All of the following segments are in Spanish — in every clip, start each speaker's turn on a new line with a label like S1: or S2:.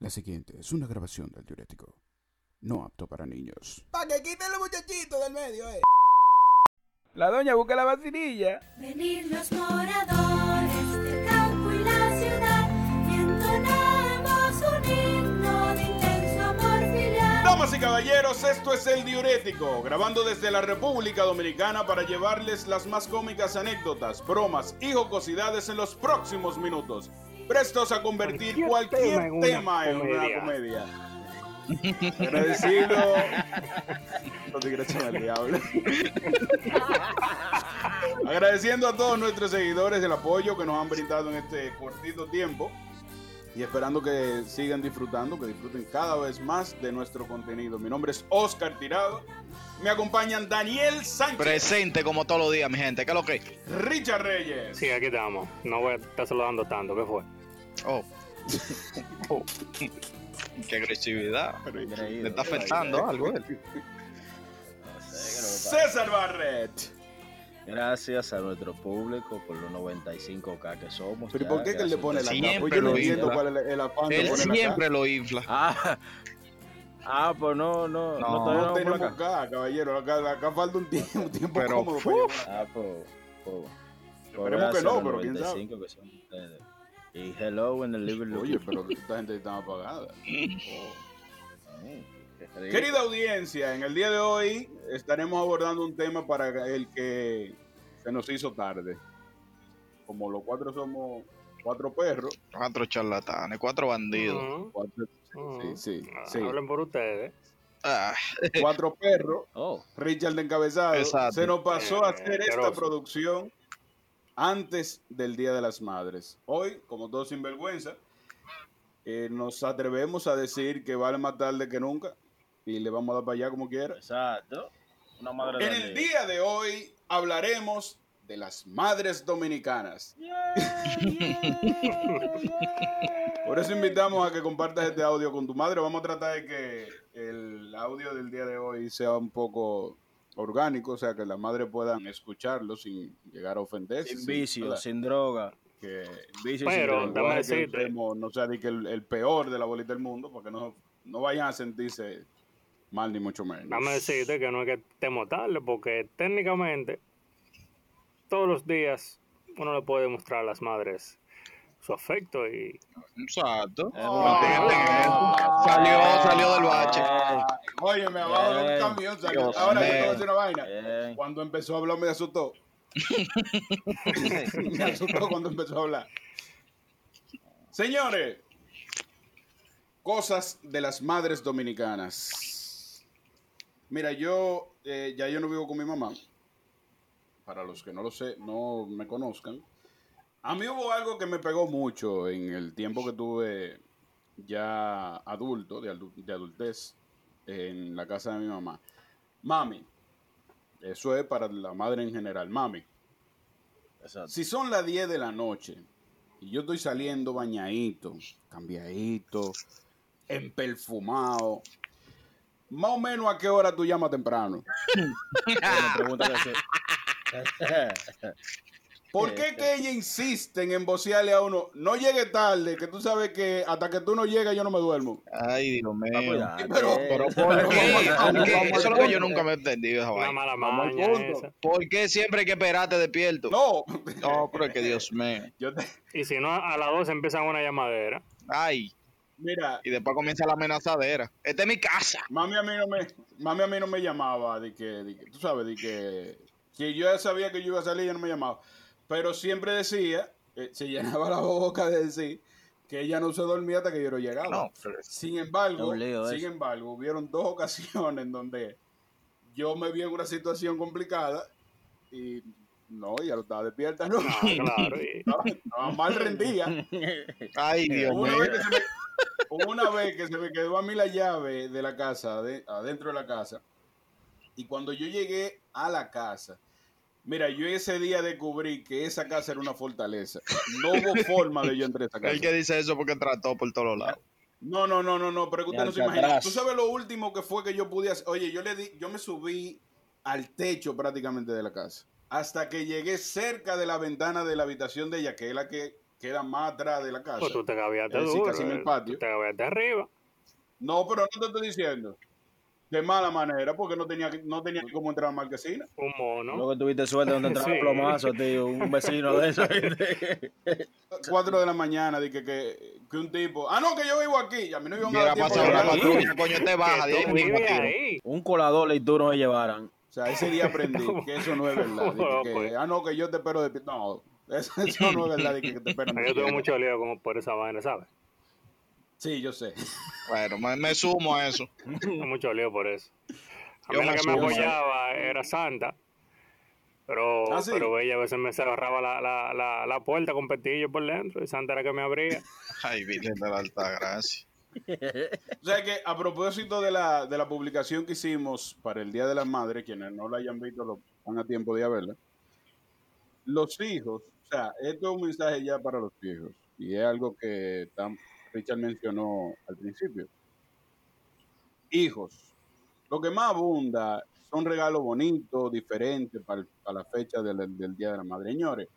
S1: La siguiente es una grabación del diurético. No apto para niños.
S2: Para que quiten los muchachitos del medio, eh. La doña busca la vacinilla.
S3: Venid los moradores del campo y la ciudad y entonamos un himno de intenso amor filial.
S4: Damas y caballeros, esto es El Diurético, grabando desde la República Dominicana para llevarles las más cómicas anécdotas, bromas y jocosidades en los próximos minutos. Prestos a convertir cualquier,
S5: Cualquier
S4: tema en una comedia. Agradecido. Los tigres son el diablo. Agradeciendo a todos nuestros seguidores el apoyo que nos han brindado en este cortito tiempo y esperando que sigan disfrutando, que disfruten cada vez más de nuestro contenido. Mi nombre es Oscar Tirado. Me acompañan Daniel Sánchez,
S6: Presente como todos los días, mi gente. ¿Qué es lo que? es?
S4: Richard Reyes,
S5: Sí, aquí estamos. No voy a estar saludando tanto. ¿Qué fue?
S6: Oh. Oh. Qué agresividad. Le está afectando algo él.
S4: César Barret.
S7: Gracias a nuestro público por los 95K que somos.
S4: ¿Pero
S7: ya,
S4: por qué que él le
S7: gracias
S4: pone
S7: a-
S4: la
S6: Siempre
S4: capa? Pues Yo no
S6: lo
S4: entiendo
S6: hizo.
S4: cuál es el- el afán de
S6: Él
S4: poner la
S6: siempre lo infla.
S7: Ah, ah, pues no, no.
S6: No,
S7: todavía
S4: No
S7: vamos por
S4: tenemos
S7: acá.
S4: acá, caballero. Acá, acá falta un tiempo, un tiempo
S6: Pero,
S4: cómodo. para
S6: uf.
S4: llevar.
S7: Ah, pues. pues, pues
S4: Esperemos que
S7: gracias
S4: no,
S7: a los
S4: pero quién sabe.
S7: 95 que son ustedes. Y hello en el living
S4: Oye,
S7: room.
S4: pero esta gente está apagada.
S7: Ay, Mm, qué rico.
S4: Querida audiencia, en el día de hoy estaremos abordando un tema para el que se nos hizo tarde. Como los cuatro somos cuatro perros,
S6: Cuatro charlatanes, cuatro bandidos.
S5: Ujú,
S4: cuatro,
S5: ujú.
S4: sí, sí,
S5: Ah,
S4: sí.
S5: Hablen por ustedes.
S6: Ah,
S4: cuatro perros,
S7: Oh,
S4: Richard de encabezado,
S6: Exacto.
S4: se nos pasó a hacer
S5: Eh,
S4: esta
S5: asqueroso.
S4: producción antes del Día de las Madres. Hoy, como todos sinvergüenza, eh, nos atrevemos a decir que vale más tarde que nunca y le vamos a dar para allá como quiera.
S7: exacto. Una madre
S4: En
S7: de
S4: el día de hoy hablaremos de las madres dominicanas. Por eso invitamos a que compartas este audio con tu madre. Vamos a tratar de que el audio del día de hoy sea un poco orgánico, o sea, que las madres puedan escucharlo sin llegar a ofenderse.
S7: Sin vicio,
S4: ¿verdad?
S7: sin droga.
S4: Que
S7: sin vicio, sin
S5: Pero,
S7: droga.
S5: dame
S4: igual que el
S5: decirte.
S4: primo no sea de que el, el peor de la bolita del mundo, porque no, no vayan a sentirse mal ni mucho menos.
S5: Dame decirte que no es que estemos tarde, porque técnicamente todos los días uno le puede demostrar a las madres su afecto y
S6: exacto.
S7: Es
S4: Oh.
S7: una- Ah,
S6: Fíjate en eso. Salió, salió del bache.
S4: Oye, me abajo de un
S7: Bien.
S4: camión. salió.
S6: Dios
S4: Ahora yo
S6: mío.
S4: te voy a decir una vaina.
S7: Bien.
S4: Cuando empezó a hablar me asustó. me asustó cuando empezó a hablar. Señores, cosas de las madres dominicanas. Mira, yo eh, ya yo no vivo con mi mamá. Para los que no lo sé, no me conozcan. A mí hubo algo que me pegó mucho en el tiempo que tuve ya adulto, de, adu- de adultez, en la casa de mi mamá. Mami, eso es para la madre en general, mami.
S7: Exacto.
S4: Si son las 10 de la noche y yo estoy saliendo bañadito, cambiadito, emperfumado, más o menos a qué hora tú llamas temprano.
S7: Una pregunta que hacer.
S4: ¿Por qué que ella insisten en vocearle a uno, no llegue tarde, que tú sabes que hasta que tú no llegas yo no me duermo?
S6: Ay, Dios mío.
S7: Cuidado.
S4: Pero-
S6: Pero ¿por qué? ¿Por qué? Eso es lo que yo nunca me he entendido, esa
S5: una
S6: vaina.
S5: mala
S4: Vamos al
S5: maña
S4: punto.
S5: esa.
S6: ¿Por qué siempre hay que esperarte despierto?
S4: No,
S6: No, pero es que Dios mío.
S4: yo te-
S5: Y si no, a las 12 empiezan una llamadera.
S6: Ay,
S4: mira,
S6: y después comienza la amenazadera. Esta es mi casa.
S4: Mami a mí no me, mami a mí no me llamaba, de que, de que- tú sabes, de que si yo ya sabía que yo iba a salir, ella no me llamaba. Pero siempre decía, eh, se llenaba la boca de decir que ella no se dormía hasta que yo no llegaba.
S6: No,
S4: Sin embargo,
S7: Es un lío
S4: sin
S7: eso.
S4: embargo, hubieron dos ocasiones en donde yo me vi en una situación complicada y no, ya lo estaba despierta, no.
S5: Ah, claro. y-
S4: Estaba- estaba mal rendida.
S6: Ay, Dios
S4: Hubo Eh, una,
S6: mío.
S4: vez que se me, hubo una vez que se me quedó a mí la llave de la casa, de- adentro de la casa. Y cuando yo llegué a la casa, mira, yo ese día descubrí que esa casa era una fortaleza. No hubo forma de yo entrar a esa
S6: El que
S4: casa.
S6: dice eso porque trató por todos lados.
S4: No, no, no, no, no, pero es que usted
S7: De
S4: no se imagina.
S7: Alcatraz.
S4: Tú sabes lo último que fue que yo pude hacer. Oye, yo le di, yo me subí al techo prácticamente de la casa. Hasta que llegué cerca de la ventana de la habitación de ella, que es la que queda más atrás de la casa.
S5: Pues tú te gaviaste
S4: Es decir,
S5: duro.
S4: casi en el
S5: eh,
S4: patio.
S5: tú te gaviaste arriba.
S4: No, pero no te estoy diciendo. De mala manera, porque no tenía, no tenía ni cómo entrar a Marquesina.
S5: Un mono.
S7: Luego tuviste suerte donde entraba
S5: Sí.
S7: plomazo, tío. Un vecino de eso.
S4: Cuatro de la mañana, dije que, que, que un tipo. Ah, no, que yo vivo aquí. Y a mí no me iban a dar
S6: Llega a
S4: tiempo
S6: pasar
S4: de
S6: una
S4: hablar.
S6: patrulla, coño, te baja.
S5: que
S6: de ahí
S5: tú
S6: mismo
S5: vives
S6: tiro.
S5: ahí.
S7: un colador y tú no me llevaran.
S4: O sea, ese día aprendí que eso no es verdad. Dije
S5: No,
S4: que,
S5: pues.
S4: ah, no, que yo te espero de pie. No, eso, eso no es verdad. Dije que te esperan de
S5: Yo tuve
S4: pie.
S5: mucho lío como por esa vaina, ¿sabes?
S4: Sí, yo sé.
S6: Bueno, me, me sumo a eso.
S5: Tuve mucho lío por eso. A
S6: Yo
S5: mí la
S6: me
S5: que me
S6: sumo,
S5: apoyaba era Santa. Pero,
S4: Ah, sí.
S5: pero ella a veces me cerraba la, la, la, la puerta con petillo por dentro y Santa era que me abría.
S6: Ay, Virgen de la Alta Gracia.
S4: O sea que a propósito de la, de la publicación que hicimos para el Día de las Madres, quienes no la hayan visto lo, están a tiempo de ir a verla, los hijos, o sea, esto es un mensaje ya para los hijos y es algo que tan- Richard mencionó al principio. Hijos, lo que más abunda son regalos bonitos, diferentes para, el- para la fecha del, del Día de la Madre. Señores,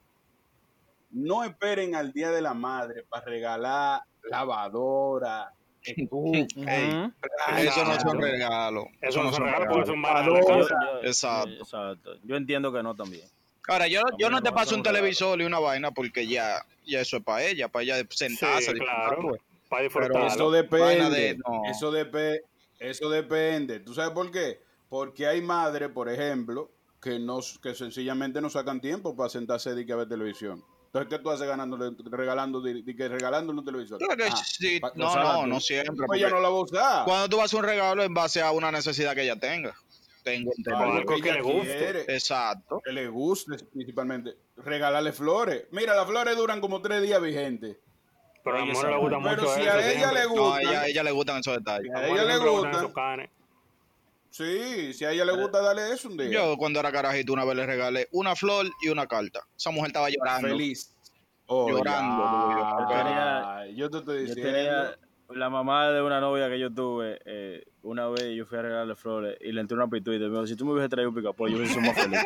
S4: no esperen al Día de la Madre para regalar lavadora,
S6: Ey,
S7: Ujú.
S6: eso no
S5: claro.
S6: son regalos.
S5: Eso no se regala porque
S6: regalos.
S5: es un bar en la
S7: Yo-
S5: casa.
S7: yo-
S6: Exacto.
S7: exacto. Yo entiendo que no también.
S6: Ahora, yo, yo no
S7: También
S6: te
S7: no
S6: paso
S7: son
S6: un
S7: regalos.
S6: televisor y una vaina porque ya, ya eso es para ella, para ella sentarse.
S5: Sí,
S6: disfrutar,
S5: claro.
S6: pues.
S5: Para
S6: Pero
S5: disfrutarlo.
S4: Eso
S6: Vaina
S4: depende.
S6: de- no.
S4: Eso depende. Eso depende. ¿Tú sabes por qué? Porque hay madres, por ejemplo, que no, que sencillamente no sacan tiempo para sentarse de que a ver televisión. Entonces, ¿qué tú haces ganándole, regalando, di- di que regalándole un televisor?
S6: Claro que
S4: Ah,
S6: sí,
S4: pa-
S6: no,
S4: sacan,
S6: no,
S4: ¿tú?
S6: no siempre.
S4: Pues ya
S6: porque
S4: no la va a usar.
S6: Cuando tú vas a un regalo en base a una necesidad que ella tenga. Tengo
S4: Claro,
S5: algo
S6: entendido.
S5: que
S4: ella
S5: le guste.
S4: quiere,
S6: Exacto.
S4: Que le guste principalmente. Regalarle flores. Mira, las flores duran como tres días vigentes.
S5: Pero a lo
S7: Oye,
S5: mejor le
S7: esa
S5: gusta
S7: vaina.
S5: mucho
S4: Pero si
S5: eso.
S4: a ella
S5: siempre.
S4: le
S6: No,
S4: gusta.
S6: a ella, a ella le gustan esos detalles.
S4: a
S5: Los
S4: ella le
S5: hombres usan
S4: gusta.
S5: esos canes.
S4: Sí, si a ella le gusta, darle eso un día.
S6: Yo cuando era carajito una vez le regalé una flor y una carta. Esa mujer estaba llorando.
S4: Feliz. Oh,
S6: Llorando,
S4: ya.
S6: porque
S7: yo tenía-
S4: Ay, yo te estoy
S7: Yo
S4: diciendo.
S7: tenía la mamá de una novia que yo tuve. eh, una vez yo fui a regalarle flores y le entré una pituita. Y me dijo: Si tú me hubieses traído un picapollo, yo hubiese sido más feliz.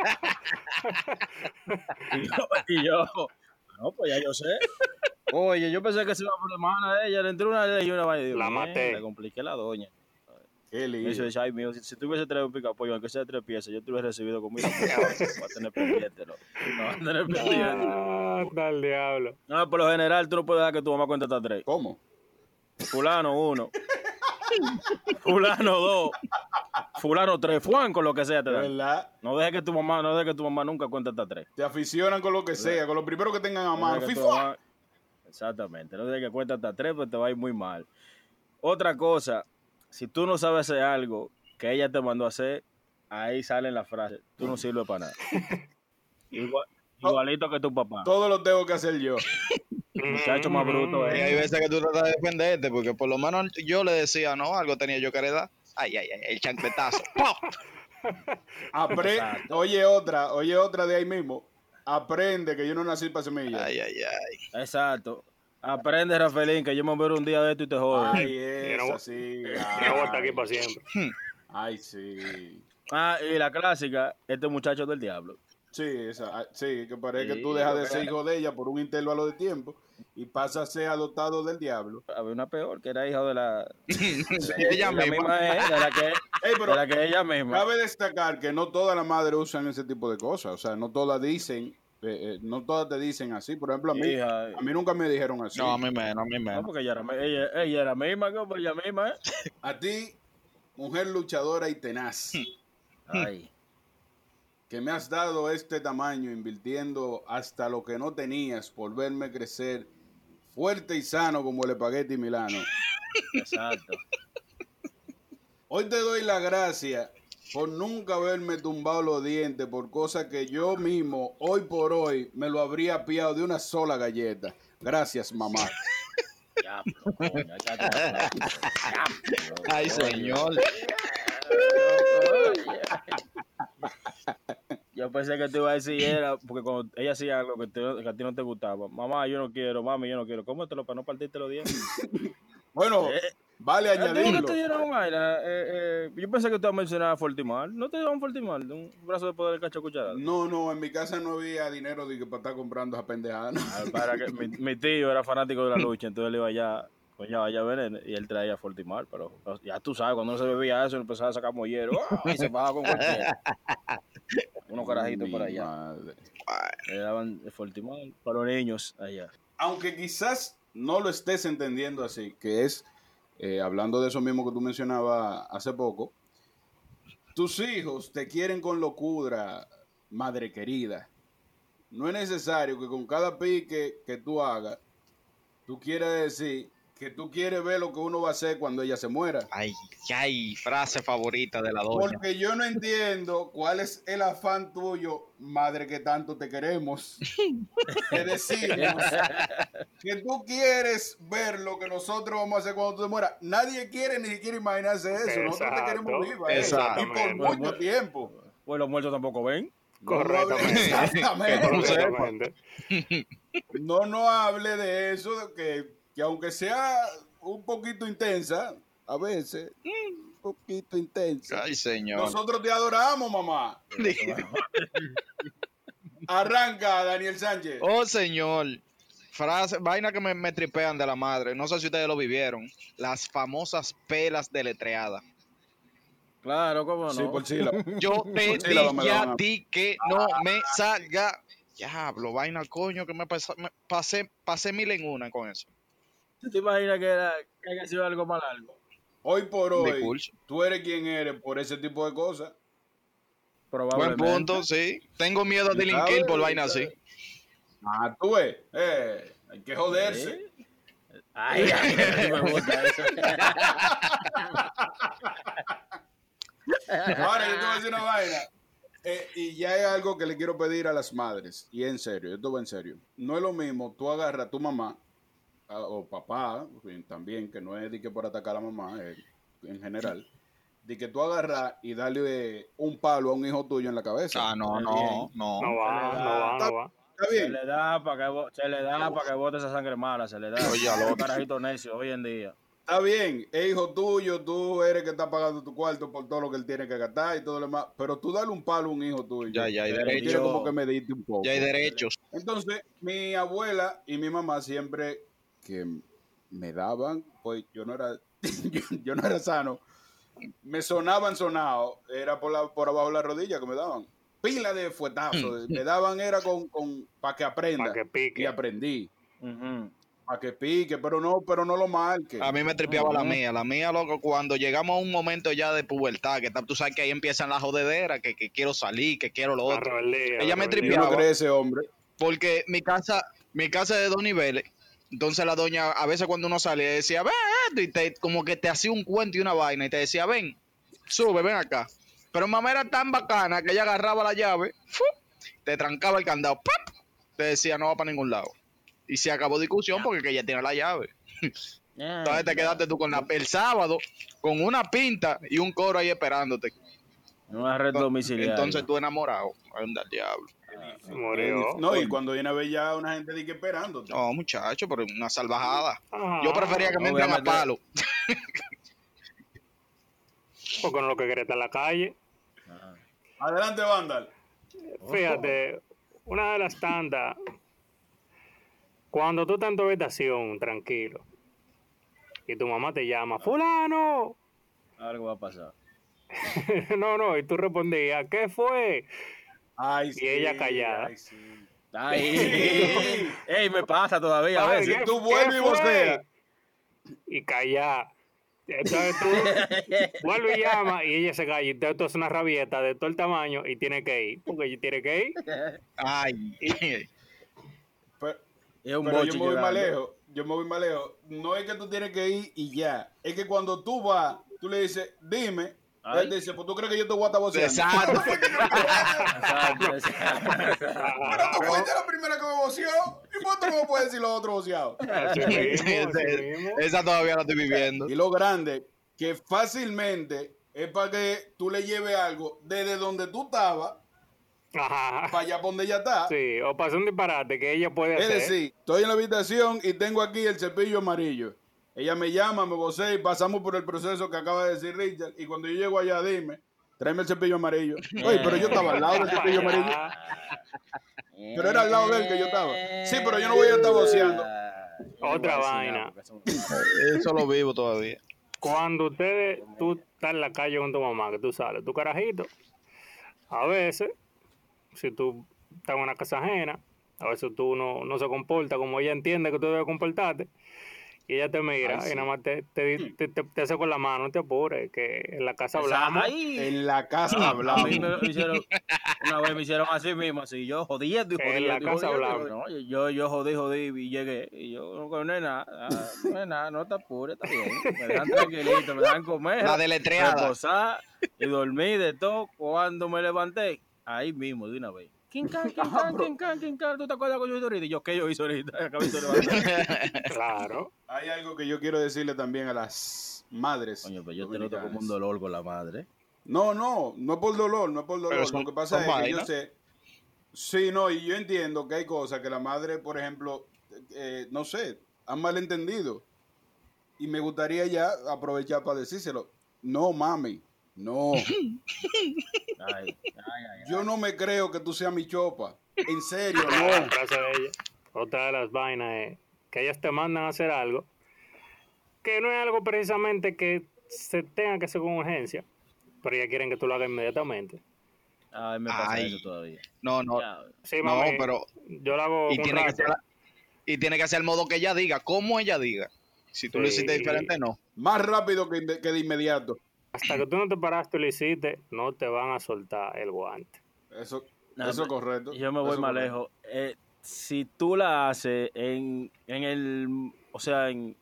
S7: y, yo, y yo, no, pues ya yo sé. Oye, yo pensé que se iba por la mano de ella. Le entré una de ella y una vaina. y digo,
S5: La
S7: "Mierda,
S5: maté".
S7: Le compliqué la doña.
S4: Qué
S7: Y me
S4: lindo.
S7: dice: Ay, mío, si, si tú hubieses traído un picapollo, aunque sea de tres piezas, yo te hubiese recibido comida. No vas a tener pendiente, ¿no? No vas a tener pendiente.
S5: Ah, está el diablo.
S7: No, por lo general, tú no puedes dejar que tu mamá cuente hasta tres.
S4: ¿Cómo?
S7: Fulano uno. Fulano dos. Fulano tres. Fuan con lo que sea te
S4: De
S7: dan.
S4: verdad,
S7: No dejes que tu mamá, no dejes que tu mamá nunca cuente hasta tres.
S4: te aficionan con lo que sea, con lo primero que tengan a
S7: No
S4: mano.
S7: dejes que tu
S4: FIFA.
S7: mamá- Exactamente. No dejes que cuente hasta tres, pues te va a ir muy mal. Otra cosa, si tú no sabes hacer algo que ella te mandó a hacer, ahí sale la frase, tú no sirves para nada. Igual- igualito que tu papá.
S4: Todo lo tengo que hacer yo.
S5: Mm.
S7: Muchacho más
S4: Mm.
S7: bruto,
S6: Y
S7: eh.
S6: hay veces que tú tratas de defenderte, porque por lo menos yo le decía, no, algo tenía yo que heredar. Ay, ay, ay, el chancletazo. ¡Pop!
S4: Apre- oye otra, oye otra de ahí mismo. Aprende que yo no nací para semillas.
S6: Ay, ay, ay.
S7: Exacto. Aprende, Rafaelín, que yo me voy a ver un día de esto y te jodo.
S4: Ay,
S5: Yo no-
S4: esa sí.
S5: Yo voy a estar aquí
S4: Ay,
S5: para siempre.
S4: Ay, sí.
S7: Ah, y la clásica, este muchacho del diablo.
S4: Sí, esa, ah, sí, que parece que
S7: Sí,
S4: tú dejas de
S7: porque-
S4: ser hijo de ella por un intervalo de tiempo y pasas a ser adoptado del diablo.
S7: Había una peor, que era hijo de la,
S6: Sí,
S7: de
S6: ella
S7: la
S6: misma.
S7: eh, de la que,
S4: Ey, pero
S7: de la que ella misma.
S4: Cabe destacar que no todas las madres usan ese tipo de cosas. O sea, no todas dicen, eh, eh, no todas te dicen así. Por ejemplo, a mí,
S7: Hija.
S4: a mí nunca me dijeron así.
S6: No, a mí menos, a mí
S7: No,
S6: menos.
S7: porque ella era, ella, ella era misma, ¿no? Pues ella misma, ¿eh?
S4: A ti, mujer luchadora y tenaz,
S6: Hmm.
S7: Ay.
S4: que me has dado este tamaño invirtiendo hasta lo que no tenías por verme crecer fuerte y sano como el espagueti milano.
S7: Exacto.
S4: Hoy te doy la gracia por nunca haberme tumbado los dientes por cosas que yo mismo, hoy por hoy, me lo habría apiado de una sola galleta. Gracias, mamá.
S7: Ya, pero, coño, ya te la-
S6: Ay, señor.
S7: Yo pensé que te iba a decir, era, porque cuando ella hacía algo que, te- que a ti no te gustaba, mamá, yo no quiero, mami, yo no quiero, cómetelo para no partirte los dientes.
S4: Bueno,
S7: Eh,
S4: Vale
S7: ¿A ti no
S4: añadirlo.
S7: te dieron vaina? Eh, eh, yo pensé que tú mencionabas Fortimal. ¿No te dieron Fortimal? De un brazo de poder del cacho cuchara.
S4: No, no, en mi casa no había dinero de que para estar comprando esa pendejada. ¿no?
S7: Ah, Para que, mi, mi tío era fanático de la lucha, entonces le iba allá, coño, allá a ver eh, y él traía Fortimal. Pero ya tú sabes, cuando no se bebía eso, empezaba a sacar mollero ¡ah! y se bajaba con cualquiera. Unos carajitos
S4: Mi
S7: por allá.
S4: madre.
S7: Le daban Fortimal para los niños allá.
S4: Aunque quizás no lo estés entendiendo así, que es, eh, hablando de eso mismo que tú mencionabas hace poco, tus hijos te quieren con locura, madre querida. No es necesario que con cada pique que tú hagas, tú quieras decir que tú quieres ver lo que uno va a hacer cuando ella se muera.
S6: Ay, ay, frase favorita de la doña.
S4: Porque yo no entiendo cuál es el afán tuyo, madre que tanto te queremos, de decirnos que tú quieres ver lo que nosotros vamos a hacer cuando tú te mueras. Nadie quiere ni siquiera imaginarse eso. Nosotros te
S5: Exacto.
S4: queremos viva. ¿eh? Y por
S5: Exactamente.
S4: mucho tiempo.
S7: Pues los muertos tampoco ven.
S5: Correctamente.
S4: Exactamente.
S5: Correctamente.
S4: No nos hable de eso, de que, que aunque sea un poquito intensa, a veces, un poquito intensa.
S6: Ay, señor.
S4: Nosotros te adoramos, mamá. Arranca, Daniel Sánchez.
S6: Oh, señor. Frase, vaina que me, me tripean de la madre. No sé si ustedes lo vivieron. Las famosas pelas deletreadas.
S7: Claro, cómo no.
S4: Sí, por sílaba.
S6: Yo te
S4: Sí, la
S6: di,
S4: dama, la
S6: ya
S4: dama.
S6: di que no me salga. Diablo, vaina coño que me, pasa- me pasé, pasé mil en una con eso.
S7: ¿Tú te imaginas que, era, que haya sido algo más largo?
S4: Hoy por hoy,
S6: Discurso.
S4: tú eres quien eres por ese tipo de cosas.
S6: Buen
S7: Probablemente.
S6: punto, sí. Tengo miedo a delinquir por vaina así.
S4: Ah, tú ves. Eh, hay que joderse.
S7: ¿Eh? Ay, ay, ay, me gusta eso.
S4: Ahora, yo te voy a decir una vaina. Eh, y ya es algo que le quiero pedir a las madres. Y en serio, esto va en serio. No es lo mismo, tú agarras a tu mamá a- o papá, eh, también, que no es de que por atacar a la mamá, eh, en general, de que tú agarras y darle un palo a un hijo tuyo en la cabeza.
S6: Ah, no, no, no.
S5: No va, no va, no va.
S4: ¿Está
S7: Se
S4: bien?
S7: le da para que, bo- se le da para que bote esa sangre mala, se le da.
S6: Oye, al
S7: un
S6: otro.
S7: carajito necio hoy en día.
S4: Está bien, es hijo tuyo, tú eres que está pagando tu cuarto por todo lo que él tiene que gastar y todo lo demás, pero tú dale un palo a un hijo tuyo.
S6: Ya, ya hay
S4: Tú tienes
S6: derecho.
S4: como que medirte un poco.
S6: Ya hay derechos.
S4: Entonces, mi abuela y mi mamá siempre que me daban, pues yo no era, yo, yo no era sano, me sonaban sonado, era por, la, por abajo de la rodilla que me daban. Pila de fuetazos,
S6: Mm.
S4: me daban era con, con para que aprenda.
S5: Pa' que pique.
S4: Y aprendí,
S7: Ujú.
S4: para que pique, pero no, pero no lo marque.
S6: A mí me tripeaba la mía, la mía, loco, cuando llegamos a un momento ya de pubertad, que ta- tú sabes que ahí empiezan las jodederas, que, que quiero salir, que quiero lo
S5: La
S6: otro.
S5: rebeldía. la
S6: Ella
S4: Yo
S5: rebeldía.
S6: me
S4: no
S6: tripeaba.
S4: crece, hombre.
S6: Porque mi casa, mi casa es de dos niveles. Entonces la doña, a veces cuando uno salía, decía, ven esto", y te, como que te hacía un cuento y una vaina, y te decía, ven, sube, ven acá. Pero mamá era tan bacana que ella agarraba la llave, ¡fu! te trancaba el candado, ¡pap! te decía, no va para ningún lado. Y se acabó discusión porque que ella tiene la llave. Entonces te quedaste tú con la, el sábado con una pinta y un coro ahí esperándote.
S7: Una red domiciliaria.
S6: Entonces tú enamorado. Anda al diablo.
S5: Se murió.
S4: Eh, No, y cuando viene a ver ya una gente de que esperando.
S6: No, muchacho, pero una salvajada.
S5: Ajá.
S6: Yo prefería que me
S7: No,
S6: entran a
S7: obviamente.
S6: palo.
S5: Porque no lo que quería está en la calle.
S4: Adelante, Vandal.
S5: Fíjate, una de las tantas, cuando tú estás en tu habitación, tranquilo, y tu mamá te llama, fulano,
S7: Algo va a pasar.
S5: no, no, y tú respondías, ¿qué fue?
S4: Ay,
S5: Y ella callada.
S4: ay, sí.
S7: Ay, ey, me pasa todavía a
S5: Ay,
S7: veces.
S5: ¿qué-
S4: tú vuelves
S5: qué
S4: y
S5: fue?
S4: voceas.
S5: Y callá. Entonces tú vuelves y llama y ella se calla. Y esto es una rabieta de todo el tamaño y tiene que ir. Porque ella tiene que ir.
S6: Ay.
S4: Pero,
S7: Es un
S4: pero
S7: boche
S4: yo me voy
S7: llorando.
S4: más lejos. Yo me voy más lejos. No es que tú tienes que ir y ya. Es que cuando tú vas, tú le dices, dime.
S7: Ay.
S4: Él dice, pues tú crees que yo te voy a estar voceando.
S6: Exacto.
S7: Exacto, exacto.
S4: Pero tú fuiste la primera que me voceó. ¿Y por qué no me puedes decir los otros voceados?
S5: Así mismo, así mismo.
S6: Esa todavía la estoy viviendo.
S4: Y lo grande, que fácilmente es para que tú le lleves algo desde donde tú estabas
S5: Ajá.
S4: para allá pa' donde ella está.
S5: Sí, o pasó un disparate que ella puede
S4: Es
S5: hacer.
S4: decir, estoy en la habitación y tengo aquí el cepillo amarillo. Ella me llama, me vocea y pasamos por el proceso que acaba de decir Richard. Y cuando yo llego allá, dime, tráeme el cepillo amarillo. Oye, pero yo estaba al lado del cepillo amarillo. Pero era al lado de él que yo estaba. Sí, pero yo no voy a estar voceando.
S5: Otra vaina.
S6: Eso lo vivo todavía.
S5: Cuando ustedes, tú estás en la calle con tu mamá, que tú sales, tu carajito, a veces, si tú estás en una casa ajena, a veces tú no, no se comporta como ella entiende que tú debes comportarte, y ella te mira
S4: Ay, sí.
S5: y nada más te, te, di- te- te- te hace con la mano, no te apures, que en la casa hablamos.
S7: Ay,
S4: En la casa
S7: a
S4: hablamos.
S7: mí me hicieron, una vez me hicieron así mismo, así yo jodiendo y
S5: En la
S7: jodiendo. y
S5: casa
S7: jodiendo.
S5: hablamos.
S7: No, yo, yo jodí, jodí y llegué. Y yo, no, no es nada, ah, no es nada, no te apures, está bien. Me dan tranquilito, me dan comer.
S6: La deletreada.
S7: reposar y dormí de todo. Cuando me levanté, ahí mismo, de una vez. ¿Quién can, quién can, quién can, quién can? ¿Tú te acuerdas que yo hice ahorita? Y yo, ¿qué yo hice ahorita? Acabé de levantar.
S5: Claro.
S4: Hay algo que yo quiero decirle también a las madres.
S7: Coño, pero yo te noto
S4: dominicanas.
S7: como un dolor con la madre.
S4: No, no, no es por dolor, no es por
S6: Pero
S4: dolor.
S6: son-
S4: Lo que pasa es
S6: son
S4: que yo
S6: vainas.
S4: sé. Sí, no, y yo entiendo que hay cosas que la madre, por ejemplo, eh, no sé, han malentendido. Y me gustaría ya aprovechar para decírselo. No, mami, no.
S7: Ay,
S4: Yo no me creo que tú seas mi chopa. En serio,
S5: Otra
S4: no.
S5: frase de ella. Otra de las vainas es que ellas te mandan a hacer algo que no es algo precisamente que se tenga que hacer con urgencia, pero ellas quieren que tú lo hagas inmediatamente.
S7: ay, me pasa
S6: Ay.
S7: eso todavía.
S6: No, no.
S7: Ya,
S5: Sí,
S6: No,
S5: mami,
S6: pero.
S5: yo lo hago
S6: Y
S5: un
S6: tiene, que
S5: rato.
S6: ser, y tiene que ser el modo que ella diga, como ella diga. Si tú lo hiciste
S5: Sí.
S6: diferente, no.
S4: Más rápido que de, que de inmediato.
S5: Hasta que tú no te paraste y lo hiciste, no te van a soltar el guante.
S4: Eso,
S7: No,
S4: eso es
S7: pero
S4: correcto.
S7: Yo me voy
S4: Eso
S7: más
S4: correcto.
S7: lejos. Eh, si tú la haces en, en el, o sea, en,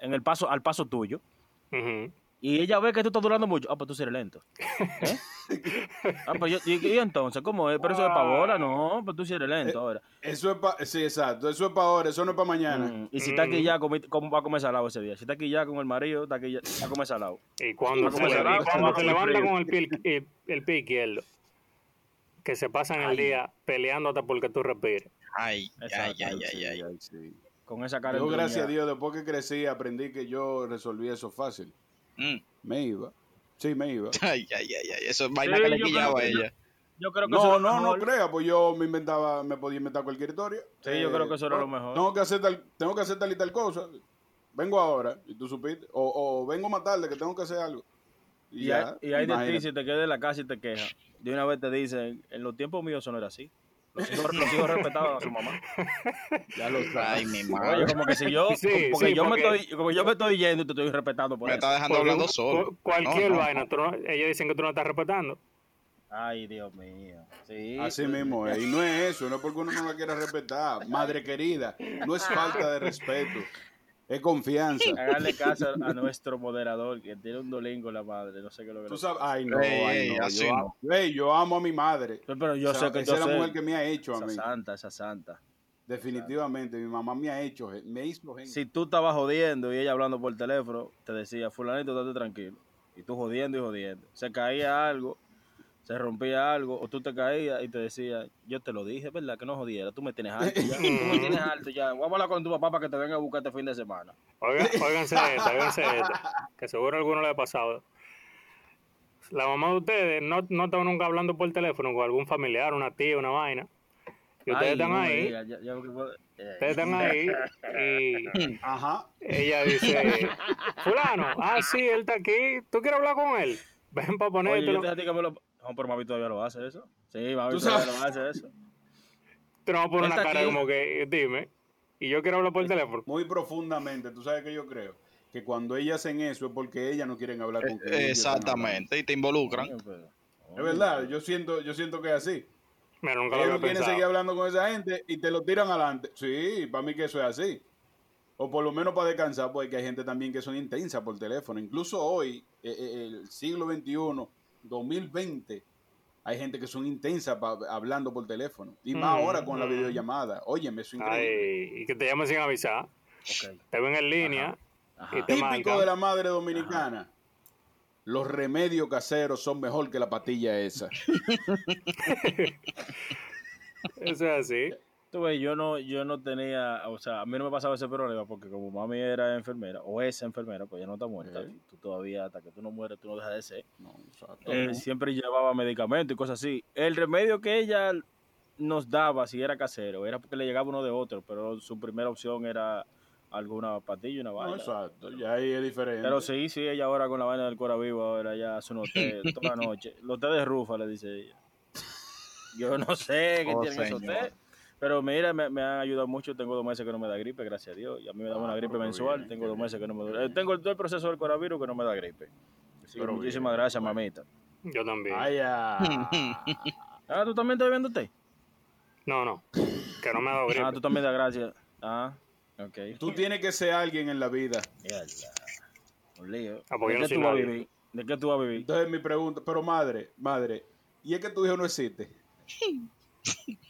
S7: en el paso, al paso tuyo,
S5: Ujú.
S7: y ella ve que tú estás durando mucho, ah, pues tú sí eres lento. ¿Eh? Ah, pues yo, y, y entonces, ¿cómo es? Pero eso es para ahora, no, pues tú sí eres lento
S4: Eh,
S7: ahora.
S4: Eso es pa- sí, exacto. Eso es para ahora, eso no es para mañana.
S7: Mm, y si está aquí
S5: Mm.
S7: ya, comi- ¿cómo va a comer salado ese día? Si está aquí ya con el marido, está aquí ya, va a comer salado.
S5: Y cuando
S7: Como
S5: se, le-
S7: se va,
S5: y cuando
S7: como
S5: se
S7: se
S5: levanta
S7: frío.
S5: con el pie, el, el pie izquierdo, que se pasan el día peleando hasta porque tú respires.
S6: Ay, ay,
S7: Exacto,
S6: ay,
S7: sí,
S6: ay, ay.
S4: Sí.
S7: Con esa cara
S4: Yo,
S7: de
S4: gracias a
S7: entumiada.
S4: Dios, después que crecí, aprendí que yo resolví eso fácil.
S6: Mm.
S4: Me iba. Sí, me iba.
S6: Ay, ay, ay, ay. Eso es vaina
S7: Sí,
S6: que le
S7: yo creo
S6: pillaba a
S7: que-
S6: ella.
S7: Yo creo que eso
S4: No,
S7: es lo
S4: no, no
S7: mejor.
S4: crea, pues yo me inventaba, me podía inventar cualquier historia. Eh,
S7: Sí, yo creo que eso era lo mejor.
S4: Tengo que hacer tal, tengo que hacer tal y tal cosa. Vengo ahora, y tú supiste. O, o vengo más tarde, que tengo que hacer algo. Y,
S7: Y,
S4: ya,
S7: hay, y hay de ti,
S4: imagínate.
S7: si te quedas en la casa y te quejas, de una vez te dicen, en los tiempos míos eso no era así. Los hijos, los hijos respetaban a su mamá.
S4: Ya lo sabes.
S6: Ay, mi
S7: Oye,
S4: Ah.
S6: madre.
S7: como que si yo,
S5: Sí,
S7: como que
S5: sí,
S7: yo
S5: porque-
S7: me estoy, como yo me estoy yendo y te estoy respetando por
S6: Me
S7: eso.
S6: está dejando
S5: Porque
S6: hablando
S5: cu-
S6: solo.
S5: Cualquier
S6: No, no.
S5: vaina, tú no- ellos dicen que tú no estás respetando.
S7: Ay, Dios mío. Sí.
S4: Así
S7: pues,
S4: mismo es. Y no es eso, no es porque uno no la quiera respetar. Madre querida, no es falta de respeto, es confianza.
S7: Háganle caso a nuestro moderador que tiene un dolingo la madre, no sé qué lo que.
S4: Tú sabes, ay no,
S6: Ey,
S4: ay,
S6: ey,
S4: no.
S6: así
S4: yo,
S6: no.
S4: amo- ey, yo amo a mi madre.
S7: Pero- Pero yo
S4: O sea,
S7: sé que
S4: esa
S7: yo
S4: es la
S7: sé-
S4: mujer que me ha hecho a
S7: esa
S4: mí.
S7: santa, esa santa.
S4: Definitivamente, mi mamá me ha hecho, gen- me hizo gente.
S7: Si tú estabas jodiendo y ella hablando por teléfono, te decía, fulanito, estate tranquilo. Y tú jodiendo y jodiendo. Se caía algo, se rompía algo, o tú te caías y te decía, yo te lo dije, ¿verdad? Que no jodiera, tú me tienes alto ya. Tú me tienes alto ya. Voy a hablar con tu papá para que te venga a buscar este fin de semana.
S5: Oigan, óiganse esta, óiganse esta, que seguro a alguno le ha pasado. La mamá de ustedes no, no está nunca hablando por teléfono con algún familiar, una tía, una vaina. Y ustedes
S7: Ay,
S5: están
S7: no me
S5: ahí,
S7: digas, ya- ya- eh.
S5: ustedes están ahí y
S4: Ajá.
S5: ella dice, fulano, ah, sí, él está aquí, ¿tú quieres hablar con él? Ven para
S7: Oye, yo
S5: ponértelo.
S7: te dije a ti que me lo... No, pero mami todavía lo hace eso. Sí, mami
S4: Tú
S7: todavía
S4: sabes.
S7: lo hace eso.
S5: Tú no vas a poner
S7: Él
S5: una
S7: está
S5: cara
S7: aquí. Eh,
S5: como que, dime, y yo quiero hablar por teléfono.
S4: Muy profundamente, tú sabes que yo creo que cuando ellas hacen eso es porque ellas no quieren hablar con quien ellos están hablando.
S6: E, Exactamente. Y te involucran.
S7: Coño, pero-
S4: Es verdad, yo siento, yo siento que es así.
S5: Mira, nunca lo
S4: Ellos
S5: había
S4: quieren seguir
S5: pensado.
S4: hablando con esa gente y te lo tiran adelante. Sí, para mí que eso es así. O por lo menos para descansar, porque hay gente también que son intensa por teléfono. Incluso hoy, eh, eh, el siglo XXI, 2020, hay gente que son intensa pa- hablando por teléfono. Y más
S5: Mm,
S4: ahora con la
S5: mm.
S4: videollamada. Óyeme, eso es increíble.
S5: Ay, y que te llamen sin avisar.
S7: Ok,
S5: Te ven en línea
S7: ajá.
S5: y te
S4: Típico
S5: marcan.
S4: de la madre dominicana. Los remedios caseros son mejor que la patilla esa.
S5: Eso es así.
S7: Tú ves, yo no, yo no tenía, o sea, a mí no me pasaba ese problema porque como mami era enfermera, o es enfermera, pues ya no está muerta,
S4: Ok.
S7: y tú todavía, hasta que tú no mueres, tú no dejas de ser.
S4: No, exacto.
S7: Eh, siempre llevaba medicamentos y cosas así. El remedio que ella nos daba, si era casero, era porque le llegaba uno de otro, pero su primera opción era alguna pastilla, una
S4: No,
S7: vaina.
S4: exacto. Ya ahí es diferente.
S7: Pero sí, sí, ella ahora con la vaina del cora vivo, ahora ya hace unos té toda la noche. Los té de rufa, le dice ella. Yo no sé qué
S6: Oh,
S7: tienen esos
S6: señor.
S7: té. Pero mira, me, me han ayudado mucho. Tengo dos meses que no me da gripe, gracias a Dios. Y a mí me da
S4: Ah,
S7: una gripe
S4: pero qué
S7: mensual.
S4: bien,
S7: tengo
S4: qué
S7: dos meses que
S4: bien,
S7: no me
S4: qué
S7: da
S4: bien.
S7: Tengo el, todo el proceso del coronavirus que no me da gripe. Así que
S4: Pero
S7: muchísimas
S4: bien,
S7: gracias,
S4: bueno.
S7: mamita.
S5: Yo también.
S4: Ay, ah.
S7: Ah, ¿tú también estás bebiendo té?
S5: No, no. Que no me ha dado gripe.
S7: Ah, tú también das gracias. Ah, ok.
S4: Tú tienes que ser alguien en la vida.
S7: Mierda. Un lío.
S5: Ah, porque yo
S7: ¿De
S5: no
S7: qué
S5: soy
S7: tú vas a
S5: nadie.
S7: vivir? ¿De qué tú vas a vivir?
S4: Entonces mi pregunta, pero madre, madre, ¿y es que tu hijo no existe?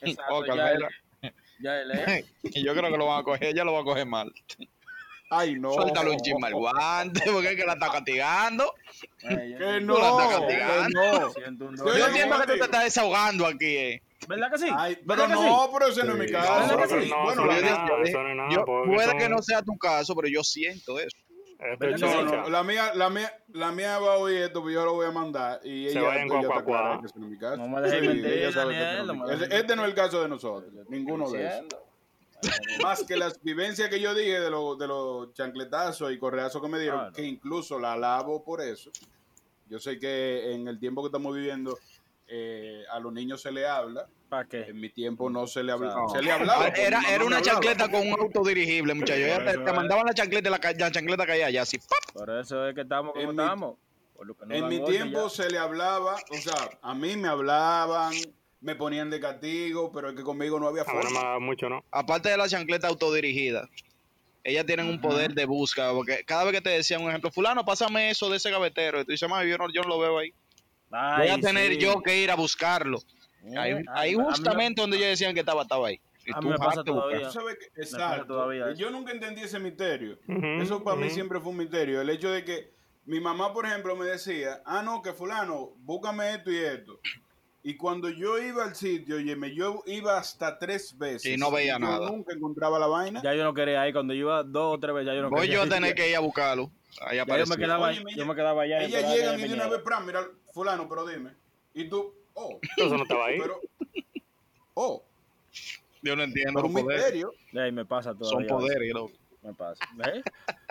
S7: Exacto,
S6: Oh,
S7: ya
S6: Carmela.
S7: él- ya él ¿eh? es.
S6: Yo creo que lo van a coger, ella lo va a coger mal.
S4: Ay, no.
S6: Suéltale un chisme al guante, porque es que la está castigando.
S7: Ay,
S4: Que
S7: yo-
S4: no,
S6: Tú la estás
S4: que
S6: castigando.
S4: no.
S7: Siento un
S4: Yo
S6: Yo
S7: dolor.
S6: entiendo que tú
S4: contigo.
S6: te estás desahogando aquí, eh.
S7: ¿Verdad que sí?
S4: Ay, pero
S7: ¿Verdad que
S4: no, pero ese no es mi
S1: Sí.
S4: caso.
S7: ¿Verdad que sí?
S5: No,
S4: bueno,
S5: eso no
S4: la-
S5: es
S6: yo-
S5: nada,
S6: yo-
S5: eso no es nada,
S6: yo-
S5: porque
S6: puede
S5: son-
S6: que no sea tu caso, pero yo siento eso.
S5: Esto es
S7: ¿Verdad que
S4: no,
S7: sí?
S5: chicha.
S4: no, la mía, la mía, la mía va a oír esto, pero yo lo voy a mandar y
S5: Se
S4: ella,
S5: vayan
S4: ella está
S5: guacuacuá.
S4: clara que ese no es mi caso.
S7: No me dejes
S4: Sí,
S7: mentir,
S4: ella sabe que
S7: Daniel,
S4: ese no es mi
S7: no me
S4: caso.
S7: dejes
S4: Ese- Este no es el caso de nosotros, ninguno de esos. Más que las vivencias que yo dije de los de los chancletazos y correazos que me dieron,
S7: Ah, no.
S4: que incluso la alabo por eso. Yo sé que en el tiempo que estamos viviendo, eh, a los niños se le habla.
S7: ¿Para qué?
S4: En mi tiempo no se le hablaba.
S7: No.
S4: Se le hablaba. pero
S6: Ah, Era,
S4: mi mamá
S6: era
S4: me
S6: una
S4: hablaba.
S6: chancleta con un auto dirigible, muchacho. Ella te, te mandaban la chancleta y la, ca- la chancleta caía allá, así. ¡pap!
S7: Por eso es que estamos como
S4: En mi-
S7: estamos. Por lo que no
S4: En
S7: dan
S4: mi
S7: golpe
S4: tiempo
S7: ya.
S4: se le hablaba, o sea, a mí me hablaban, me ponían de castigo, pero es que conmigo no había
S5: A mí no me ha
S4: forma.
S5: dado mucho, ¿no?
S6: Aparte de la chancleta autodirigida, ellas tienen un poder de búsqueda, porque cada vez que te decían un ejemplo, fulano, pásame eso de ese gavetero, y tú dices, "Ma, yo no, yo no lo veo ahí. Voy
S7: Ay,
S6: a tener
S7: sí.
S6: yo que ir a buscarlo.
S7: Eh,
S6: Ahí,
S7: a-
S6: ahí
S7: a mí me-
S6: justamente donde ellos decían que estaba, estaba ahí. Y
S7: A mí
S6: tú
S7: me pasa
S6: bajaste a buscar.
S7: todavía.
S4: Tú sabes que-
S7: pasa
S4: exacto. eh,
S7: todavía eso.
S4: Yo nunca entendí ese misterio.
S5: Ujú,
S4: Eso para mí
S5: ujú.
S4: siempre fue un misterio. El hecho de que mi mamá, por ejemplo, me decía, ah, no, que fulano, búscame esto y esto. Y cuando yo iba al sitio, óyeme, yo iba hasta tres veces.
S6: Y no veía
S4: yo
S6: nada.
S4: nunca encontraba la vaina.
S7: Ya yo no quería ir. Cuando yo iba dos o tres veces, ya yo no
S6: Voy
S7: quería
S6: yo a
S7: ir.
S6: tener que ir a buscarlo. Ahí
S7: Ya yo, me
S6: apareció.
S7: quedaba,
S4: Oye,
S7: yo me quedaba allá.
S4: Ellas
S7: esperaba que
S4: llegan
S7: ella
S4: y de una vez,
S7: viniera.
S4: pran, mira, fulano, pero dime. Y tú, oh,
S5: Eso no estaba ahí.
S4: pero, oh,
S6: Yo no entiendo
S4: pero
S6: los
S4: un
S6: poderes.
S4: misterio.
S7: Ey, me pasa todavía.
S6: Son poderes, loco.
S7: Me pasa. ¿Ves?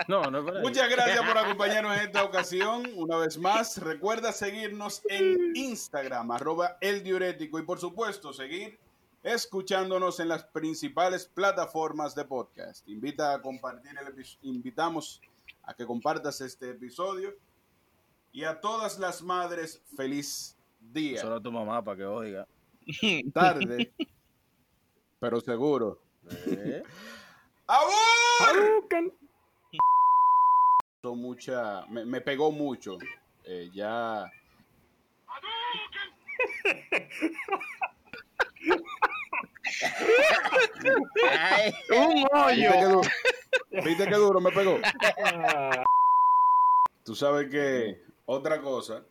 S7: No, no es por ahí.
S4: Muchas gracias por acompañarnos en esta ocasión. Una vez más, recuerda seguirnos en Instagram, arroba el diurético, y por supuesto, seguir escuchándonos en las principales plataformas de podcast. Invita a compartir el epi- invitamos a que compartas este episodio. Y a todas las madres, feliz día.
S7: Solo a tu mamá para que oiga.
S4: tarde, pero seguro.
S7: ¿Eh?
S4: ¡Abur!
S5: Buscan.
S4: Son mucha, me, me pegó mucho. Eh, ya.
S6: Un
S4: ¿Viste
S6: hoyo.
S4: qué, duro? ¿Viste qué duro me pegó? Tú sabes que otra cosa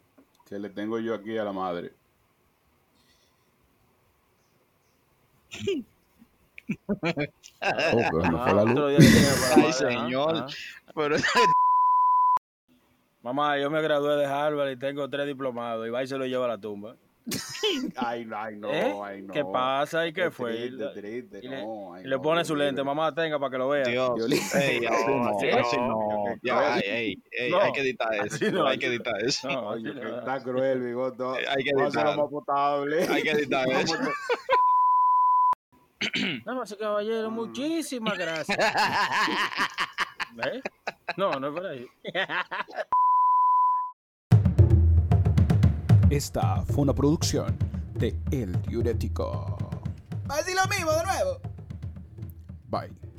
S4: que le tengo yo aquí a la madre.
S6: Oh,
S7: Ah, otro día que tiene
S6: Ay,
S7: para madre,
S6: señor.
S7: ajá, ajá.
S6: Pero
S7: Mamá, yo me gradué de Harvard y tengo tres diplomados. Y va y se lo lleva a la tumba.
S4: Ay, no, ay, no,
S7: ¿Eh?
S4: ay, no.
S7: ¿Qué pasa? ¿Y qué,
S4: Qué
S7: fue?
S4: triste,
S7: Y-
S4: triste,
S7: y le,
S4: no, ay,
S7: y le
S4: no,
S7: pone
S4: Dios
S7: su lente.
S4: libre.
S7: Mamá, tenga para que lo vea.
S6: Dios. Ey, así no,
S5: así
S6: así
S5: no.
S6: no. Ya, ey, ey, ey,
S7: No.
S6: hay que editar eso.
S7: Así no.
S6: hay que editar eso.
S7: No,
S4: Oye,
S7: así
S4: que
S7: no.
S4: está cruel, bigoto.
S6: Hay que
S4: Vamos a hacerlo más
S6: editarlo.
S4: potable.
S6: Hay que editar eso.
S7: Damas y caballeros,
S4: Mm.
S7: muchísimas gracias. ¿Eh? No, no es por ahí.
S1: Esta fue una producción de El Diurético.
S2: Va a decir lo mismo de nuevo.
S1: Bye.